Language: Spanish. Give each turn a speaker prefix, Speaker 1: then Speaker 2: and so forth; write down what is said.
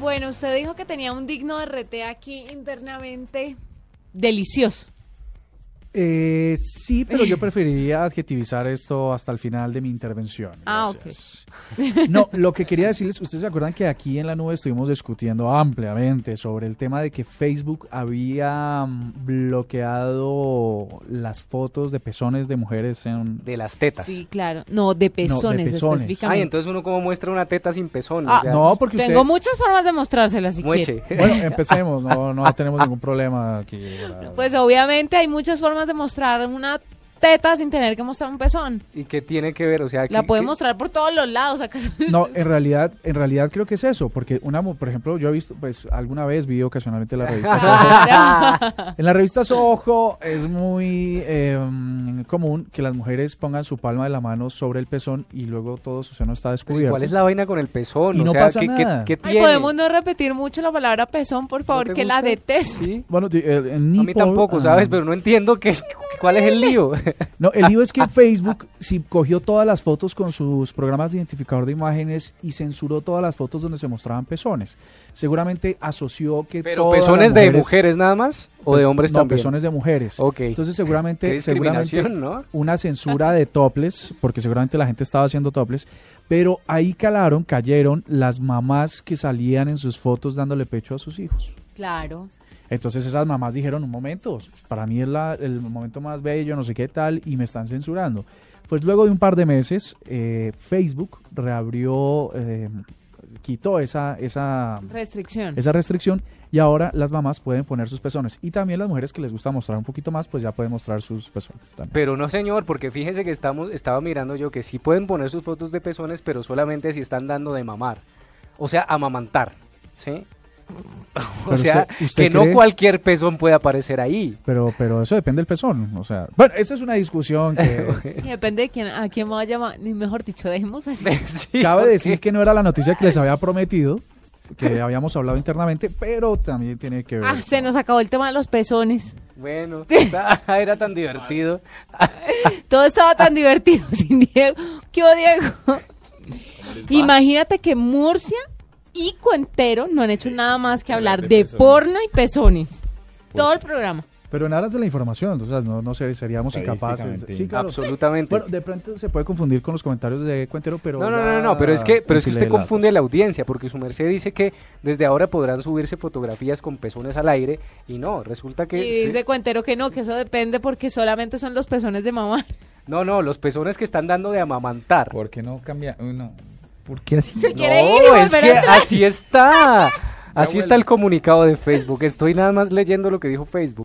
Speaker 1: Bueno, usted dijo que tenía un digno RT aquí internamente delicioso.
Speaker 2: Eh, sí, pero yo preferiría adjetivizar esto hasta el final de mi intervención.
Speaker 1: Ah,
Speaker 2: Gracias. No, lo que quería decirles, ustedes se acuerdan que aquí en la nube estuvimos discutiendo ampliamente sobre el tema de que Facebook había mm, bloqueado las fotos de pezones de mujeres en...
Speaker 3: De las tetas.
Speaker 1: Sí, claro. No, de pezones,
Speaker 2: pezones.
Speaker 1: específicamente.
Speaker 3: Ay, entonces uno como muestra una teta sin pezón.
Speaker 1: Ah,
Speaker 3: o sea,
Speaker 2: No, pues, porque usted...
Speaker 1: Tengo muchas formas de mostrárselas si quiere.
Speaker 3: mueche.
Speaker 2: Bueno, empecemos, no, no tenemos ningún problema aquí.
Speaker 1: Pues obviamente hay muchas formas de mostrar una teta sin tener que mostrar un pezón.
Speaker 3: ¿Y qué tiene que ver? O sea,
Speaker 1: La
Speaker 3: ¿qué-
Speaker 1: puede
Speaker 3: qué-
Speaker 1: mostrar por todos los lados. ¿acaso?
Speaker 2: No, en realidad, en realidad creo que es eso, porque una, mu- por ejemplo, yo he visto, pues alguna vez vi ocasionalmente la revista Soho. En la revista Soho es muy eh, común que las mujeres pongan su palma de la mano sobre el pezón y luego todo su seno está descubierto.
Speaker 3: ¿Cuál es la vaina con el pezón?
Speaker 2: Y
Speaker 3: o
Speaker 2: no
Speaker 3: sea,
Speaker 2: pasa
Speaker 3: ¿qué, qué-
Speaker 2: nada.
Speaker 3: qué
Speaker 1: Ay,
Speaker 3: tiene?
Speaker 1: podemos no repetir mucho la palabra pezón, por favor,
Speaker 3: te
Speaker 1: que la
Speaker 3: gusta?
Speaker 1: detesto.
Speaker 3: Sí.
Speaker 2: Bueno, di- el- el
Speaker 3: A mí
Speaker 2: nipple,
Speaker 3: tampoco,
Speaker 2: ah,
Speaker 3: ¿sabes? Pero no entiendo qué, cuál es el lío.
Speaker 2: No, el lío es que Facebook si cogió todas las fotos con sus programas de identificador de imágenes y censuró todas las fotos donde se mostraban pezones. Seguramente asoció que
Speaker 3: ¿Pero
Speaker 2: todas las Pues,
Speaker 3: pezones de mujeres nada más? ¿O de hombres
Speaker 2: no,
Speaker 3: también?
Speaker 2: pezones de mujeres.
Speaker 3: Ok.
Speaker 2: Entonces
Speaker 3: Qué
Speaker 2: seguramente, seguramente
Speaker 3: discriminación, ¿no?
Speaker 2: una censura de toples, porque seguramente la gente estaba haciendo toples, pero ahí calaron, cayeron las mamás que salían en sus fotos dándole pecho a sus hijos.
Speaker 1: Claro.
Speaker 2: Entonces esas mamás dijeron, un momento, para mí es la- el momento más bello, no sé qué tal, y me están censurando. Pues luego de un par de meses, eh, Facebook reabrió, eh, quitó esa, esa
Speaker 1: Restricción.
Speaker 2: esa restricción y ahora las mamás pueden poner sus pezones y también las mujeres que les gusta mostrar un poquito más pues ya pueden mostrar sus pezones también.
Speaker 3: Pero no, señor, porque fíjense que estamos, estaba mirando yo que sí pueden poner sus fotos de pezones, pero solamente si están dando de mamar. O sea, amamantar, ¿sí? O
Speaker 2: Pero
Speaker 3: sea,
Speaker 2: usted- usted
Speaker 3: que
Speaker 2: cree-
Speaker 3: no cualquier pezón puede aparecer ahí.
Speaker 2: Pero pero eso depende del pezón, o sea, bueno, esa es una discusión que
Speaker 1: Y depende de quién, a quién me va a llamar. Ni mejor dicho, dejemos así.
Speaker 3: Sí,
Speaker 2: cabe
Speaker 3: porque-
Speaker 2: decir que no era la noticia que les había prometido, que habíamos hablado internamente, pero también tiene que ver.
Speaker 1: Ah, se nos acabó el tema de los pezones.
Speaker 3: Bueno, ah, era tan divertido.
Speaker 1: Todo estaba
Speaker 3: Ah.
Speaker 1: tan divertido sin Diego. ¿Qué hubo, Diego? Imagínate que Murcia y Cuentero no han hecho nada más que hablar de porno y pezones. Todo el programa.
Speaker 2: Pero en aras de la información, o sea, no, no sé, seríamos incapaces.
Speaker 4: Estadísticamente.
Speaker 2: Sí, claro.
Speaker 3: Absolutamente.
Speaker 2: Bueno, de pronto se puede confundir con los comentarios de Cuentero, pero
Speaker 3: No, no,
Speaker 2: ya
Speaker 3: no, no, pero es que, pero es que
Speaker 2: compilé
Speaker 3: usted confunde
Speaker 2: datos.
Speaker 3: la audiencia, porque su merced dice que desde ahora podrán subirse fotografías con pezones al aire, y no, resulta que...
Speaker 1: Y
Speaker 3: sí.
Speaker 1: dice Cuentero que no, que eso depende porque solamente son los pezones de mamá.
Speaker 3: No, no, los pezones que están dando de amamantar.
Speaker 4: ¿Por qué no cambia? Uy, No. ¿Por qué así?
Speaker 1: Se
Speaker 3: No,
Speaker 1: quiere ir y
Speaker 3: es
Speaker 1: volver a
Speaker 3: que
Speaker 1: entrar.
Speaker 3: así está. Así está
Speaker 4: vuelvo.
Speaker 3: el comunicado de Facebook. Estoy nada más leyendo lo que dijo Facebook.